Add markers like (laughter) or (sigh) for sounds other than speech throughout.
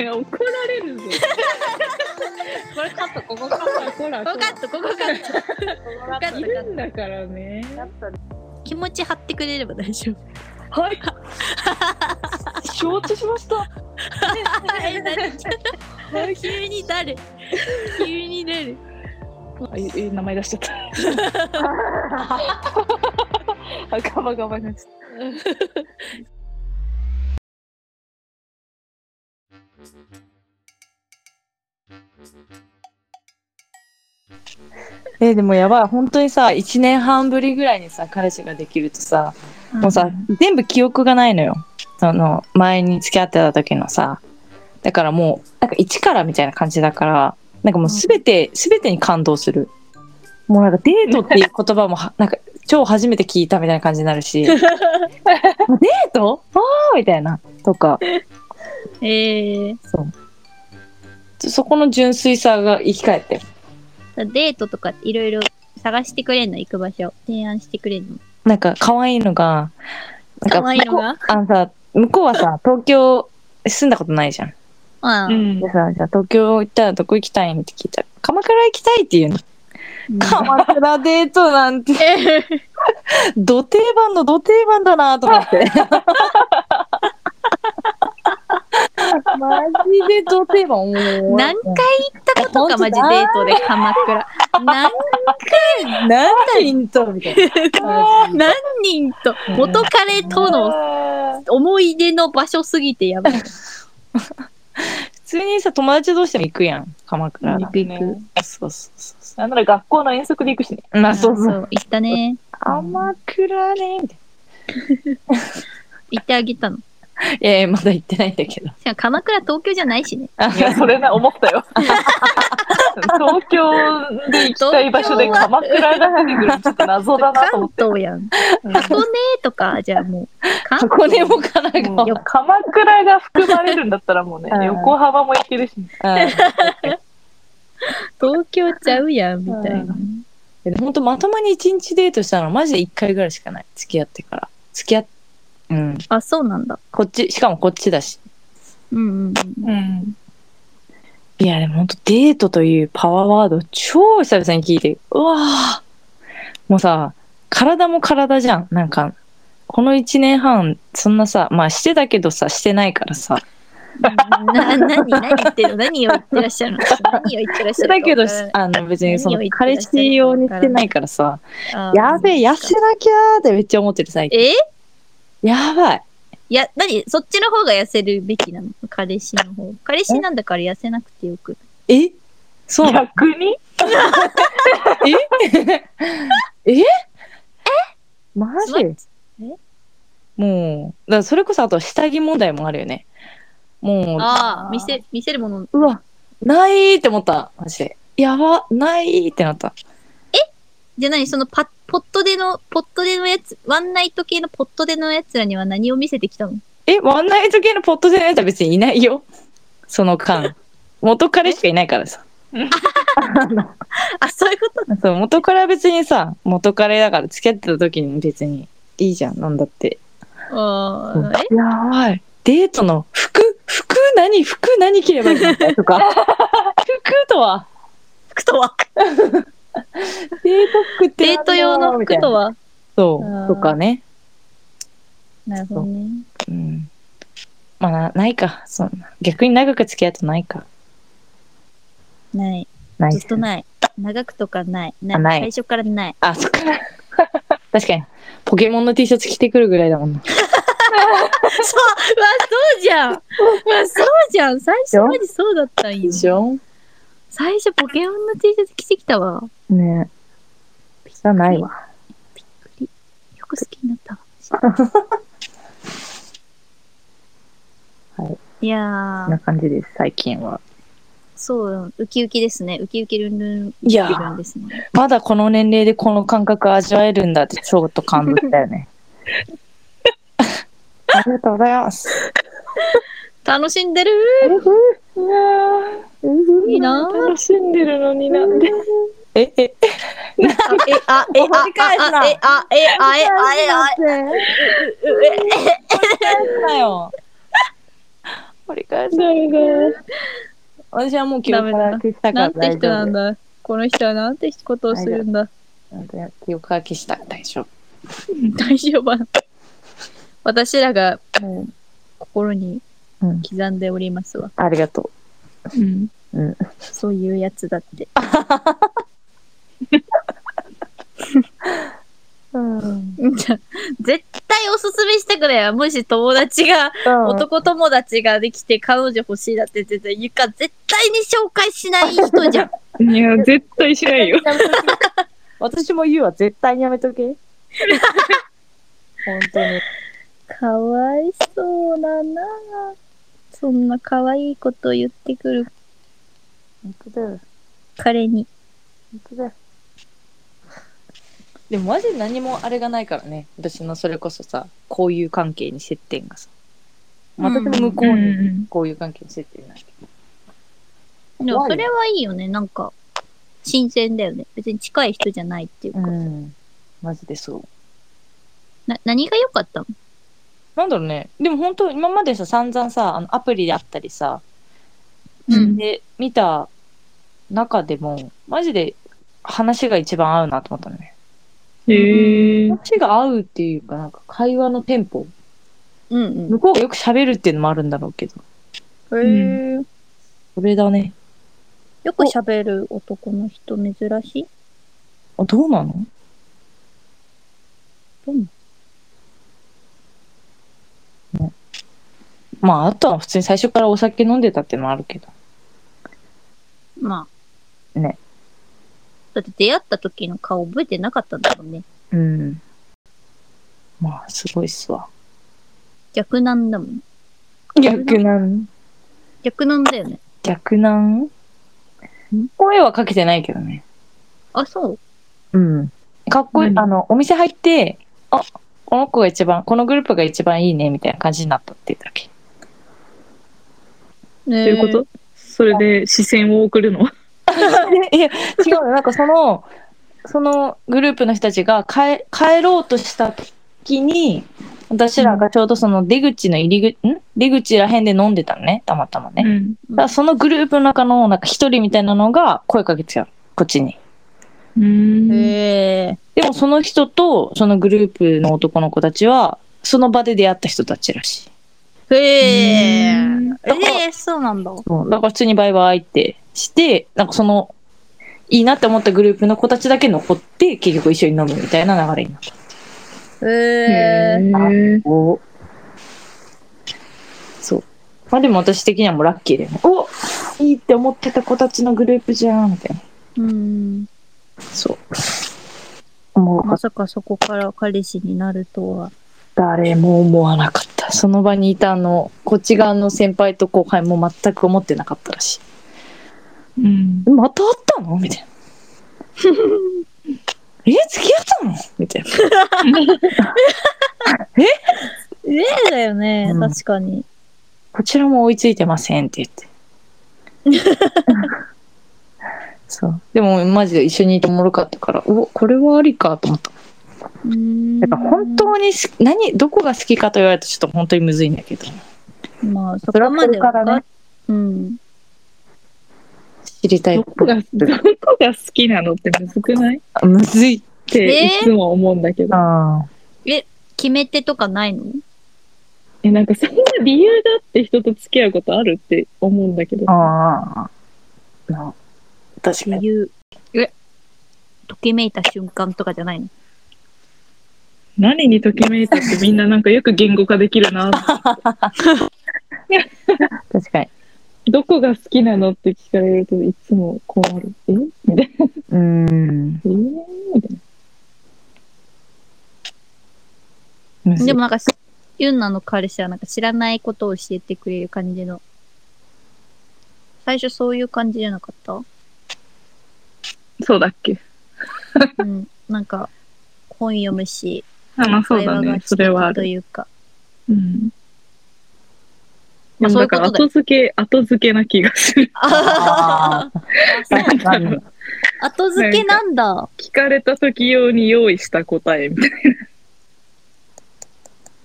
いや怒られるぞ。これカット、ここカット、こら、ここカットここカットこら。いるんだからね。気持ち張ってくれれば大丈夫はい。承知しました。え何急に誰急に誰あ、いい名前出しちゃった。あ、ガバガバになっちゃっえでもやばい本当にさ1年半ぶりぐらいにさ彼氏ができるとさ、もうさ全部記憶がないのよその前に付き合ってた時のさだからもうなんか一からみたいな感じだからなんかもう全て、全てに感動するもうなんかデートっていう言葉 (laughs) もはなんか超初めて聞いたみたいな感じになるしデートああみたいなとかええそそこの純粋さが生き返ってるデートとかいろいろ探してくれんの行く場所提案してくれんのなんか可愛いのがなんか可愛いのがあのさ向こうはさ東京住んだことないじゃんああ、ううんで。さじゃあ東京行ったらどこ行きたいんって聞いたら鎌倉行きたいって言うのん (laughs) 鎌倉デートなんてど定番のど定番だなと思って (laughs) マジでど定番もう何回行ったことかマジデートで鎌倉何何人とみたいな何人と元彼とのの。思い出の場所すぎてやばい普通にさ友達同士でも行くやん鎌倉行く行くそうそうそうそなんなら学校の遠足で行くしね。うまあそうそう行ったね鎌倉ねみたい行ってあげたのないやいやまだ行ってないんだけどしかも鎌倉東京じゃないしねいや、それな、思ったよ。東京で行きたい場所で鎌倉が出てくるのちょっと謎だなと思っ関て。東やん (laughs) 箱根とかじゃあもう関東箱根も神奈川うんいや鎌倉が含まれるんだったらもうねう、ん横浜も行けるし、東京ちゃうやんみたいな本当まともに一日デートしたのマジで1回ぐらいしかない付き合ってから付き合っうんあそうなんだこっちしかもこっちだしうんうんうん、いやでも本当デートというパワーワード超久々に聞いてうわーもうさ体も体じゃんなんかこの1年半そんなさまあしてたけどさしてないからさな何何言ってるの何を言ってらっしゃるの何を言ってらっしゃしてるのたけどあの別にそ何のを言ってら彼っしゃる氏用にしてないからさあーやべえ痩せなきゃーってめっちゃ思ってる最近えやばいいや、なに、そっちの方が痩せるべきなの彼氏の方。彼氏なんだから痩せなくてよく。えそうなの逆にえ (laughs) えマつまりジもうだからそれこそあと下着問題もあるよねもうああ、見せ、見せるもの。うわないって思ったマジでやばないってなったじゃない、そのパポットでの、ポットでのやつ、ワンナイト系のポットでのやつらには何を見せてきたのえワンナイト系のポットじゃないと別にいないよその間元彼しかいないからさあ、そういうことそう元彼は別にさ元彼だから付き合ってた時に別にいいじゃんなんだってあーえやばいデートの服服何服何着ればいいのとか (laughs) 服とは服とはデート服ってデート用の服とははそうとかね、なるほどね。うん、まあなないかそんな逆に長く付き合うとないかない。ないずっとない。長くとかない。あない最初からない。あそっか (laughs) 確かにポケモンの T シャツ着てくるぐらいだも (laughs) んなそううわ、そうじゃんうわ、そうじゃん最初までそうだったんよで。しょ最初ポケモンの T シャツ着てきたわ。ねじゃないわよく好きになったわ。、はいやこんーな、感じです最近はそう、ウキウキですね。ウキウキルンルン、ウいキやウーキルンですね。まだこの年齢でこの感覚味わえるんだってちょっと感動したよね (laughs) ありがとうございます楽しんでるいいなー楽しんでるのになんでえええ、あ、え、あ、あ、え、あ、え、あ、え、あ、え、あ、え、なよ。掘り返す。誰が私はもう記憶から消したかならんて大人な丈ん夫。だ。この人はなんてことをするんだ。なんか記憶から消したら大丈夫。大丈夫。私らがもう心に刻んでおりますわ。ありがとうんう。うん。そういうやつだって。うん、じゃあ絶対おすすめしてくれよ。もし友達が、男友達ができて彼女欲しいだって絶対言うか、絶対に紹介しない人じゃん。いや、絶対しないよ。 (laughs) 私も言うわ、絶対にやめと (laughs) け。本当に。 (laughs) かわいそうだなそんなかわいいこと言ってくる本当だよ。彼に。本当だよ。でもマジで何もあれがないからね。私のそれこそさ、交友関係に接点がさ。私も向こううんうにん交友関係に接点ない。でも怖いよそれはいいよね。なんか、新鮮だよね。別に近い人じゃないっていうか。うん。マジでそう。な何が良かったのなんだろうね。でも本当、今までさ、散々さ、あのアプリであったりさ、うんで、見た中でも、マジで話が一番合うなと思ったのね。へえ。話が合うっていうか、なんか会話のテンポ。うん向こうがよく喋るっていうのもあるんだろうけど。うん。へえ。それだね。よく喋る男の人珍しいあ、どうなのどうなねまあ、あとは普通に最初からお酒飲んでたっていうのもあるけど。まあ。ね。だって出会った時の顔覚えてなかったんだろうね。うん。まあ、すごいっすわ。逆なんだもん。逆なん逆なんだよね。逆なん声はかけてないけどね。あ、そう。うん。かっこいい。何あの、お店入って、あ、この子が一番、このグループが一番いいね、みたいな感じになったって言ったっけ。どうということそれで視線を送るの (laughs) いや、違うの。なんかその、そのグループの人たちが帰帰ろうとした時に、私らがちょうどその出口の入り口、ん出口ら辺で飲んでたのね、たまたまね。ん。だからそのグループの中のなんか一人みたいなのが声かけてたのこっちに。うん。へえ。でもその人とそのグループの男の子たちは、その場で出会った人たちらしい。へえ。うんええ、そうなんだ。うんだから普通にバイバイってして、なんかその、いいなって思ったグループの子たちだけ残って、結局一緒に飲むみたいな流れになった。へえ。へえおそう。まあでも私的にはもうラッキーでね。おいいって思ってた子たちのグループじゃんみたいな。うん。そう。思うまさかそこから彼氏になるとは。誰も思わなかった。その場にいたあの、こっち側の先輩と後輩も全く思ってなかったらしうんい。。また会ったのみたい (laughs) な。え付き合ったのみたいな。ええだよね、うん確かに。こちらも追いついてませんって言って。そう。でもマジで一緒にいておもろかったから、おこれはありかと思った。うんだから本当にし何どこが好きかと言われるとちょっと本当にむずいんだけどまあ、そこまでわそれはこれからかねうん。知りたいどこが、どこが好きなのってむずくないっあむずいていえーつも思うんだけど。な決め手とかないのえ、なんかそんな理由だって人と付き合うことあるって思うんだけど。ああな確か理に由。え、ときめいた瞬間とかじゃないの何にときめいたってみんななんかよく言語化できる (laughs) な。確かにどこが好きなのって聞かれるといつもこうある。えみたいな。うーんえーみたいむずいでもなんか、ユンナの彼氏はなんか知らないことを教えてくれる感じの。最初そういう感じじゃなか (laughs) っな。そうだっけたうん。なんか、本読むし、あ、まあそう会だ話ねが。それはあとる。いうか。うん。でまあもそうだいうかこらとだよ後付け、後付けな気がする。ああそう確かに (laughs) 後付けなんだ。聞かれた時用に用意した答えみたい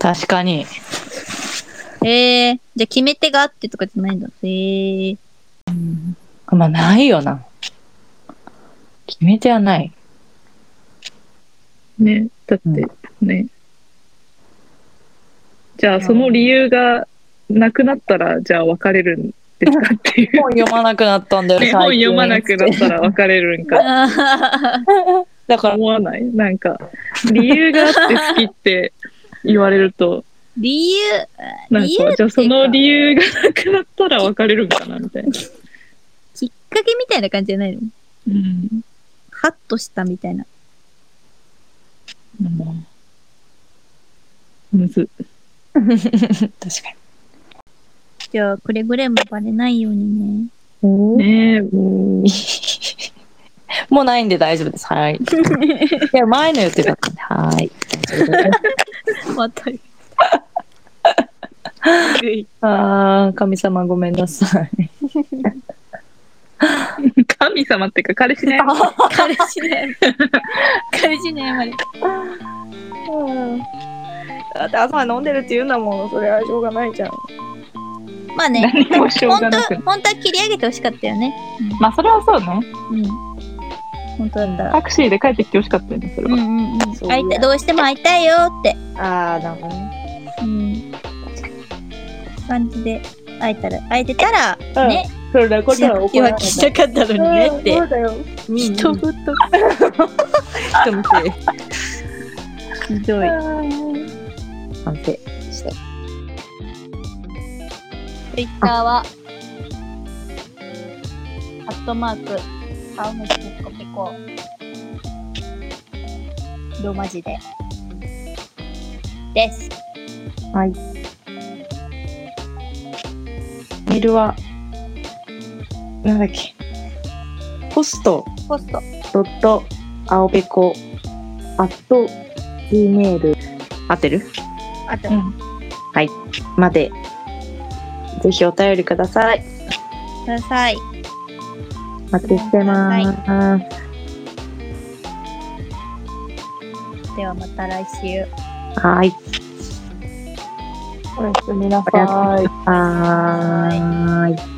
確かにえー、じゃあ決め手があってとかじゃないんだ。えー、まあ、ないよな。決め手はない。ね、だって、ね。じゃあ、その理由がなくなったら、じゃあ別れるんですかって (laughs) いう。 (laughs) 本読まなくなったんだよ、本読まなくなったら別れるんか。あだから、思わないなんか、理由があって好きって言われると、 (laughs) 理由、なん理由か、じゃあそのって理由がなくなったら別れるんかなみたいな。きっかけみたいな感じじゃないのうん。ハッとしたみたいな。むず。 (laughs) 確かじゃあ、くれぐれもバレないようにね。に。ねえ、もう。もうないんで大丈夫です。はい。いや、前の予定だったんで、はい。また、いああ、神様ごめんなさい。神様ってか、彼氏 (laughs) ね。彼氏ね。彼氏ね、まれ。だって朝飲んでるって言うんだもん、それはしょうがないじゃん。まあね、何もしょう本が当なくない。本当は切り上げてほしかったよね。まあ、それはそうね。うん。本当だったら。タクシーで帰ってきてほしかったよね、それうんうは。んうん。そう会いたい、どうしても会いたいよって。ああ、なんかね。うん。感じで、会えたら、会えてたら、ね。それだこ浮気したかったのにねって。そうだよ。人ぶと。人見ひて。どい。判定して。ツイッターは、アットマーク、青虫ペコペコ。ローマ字で。です。メールは、なんだっけ。ホストポスト。ドット青べこアット gmail 合ってるあと、うんまで、ぜひお便りください。ください。お待ちしてます。ではまた来週。はい。おやすみなおやすみさい。はーい。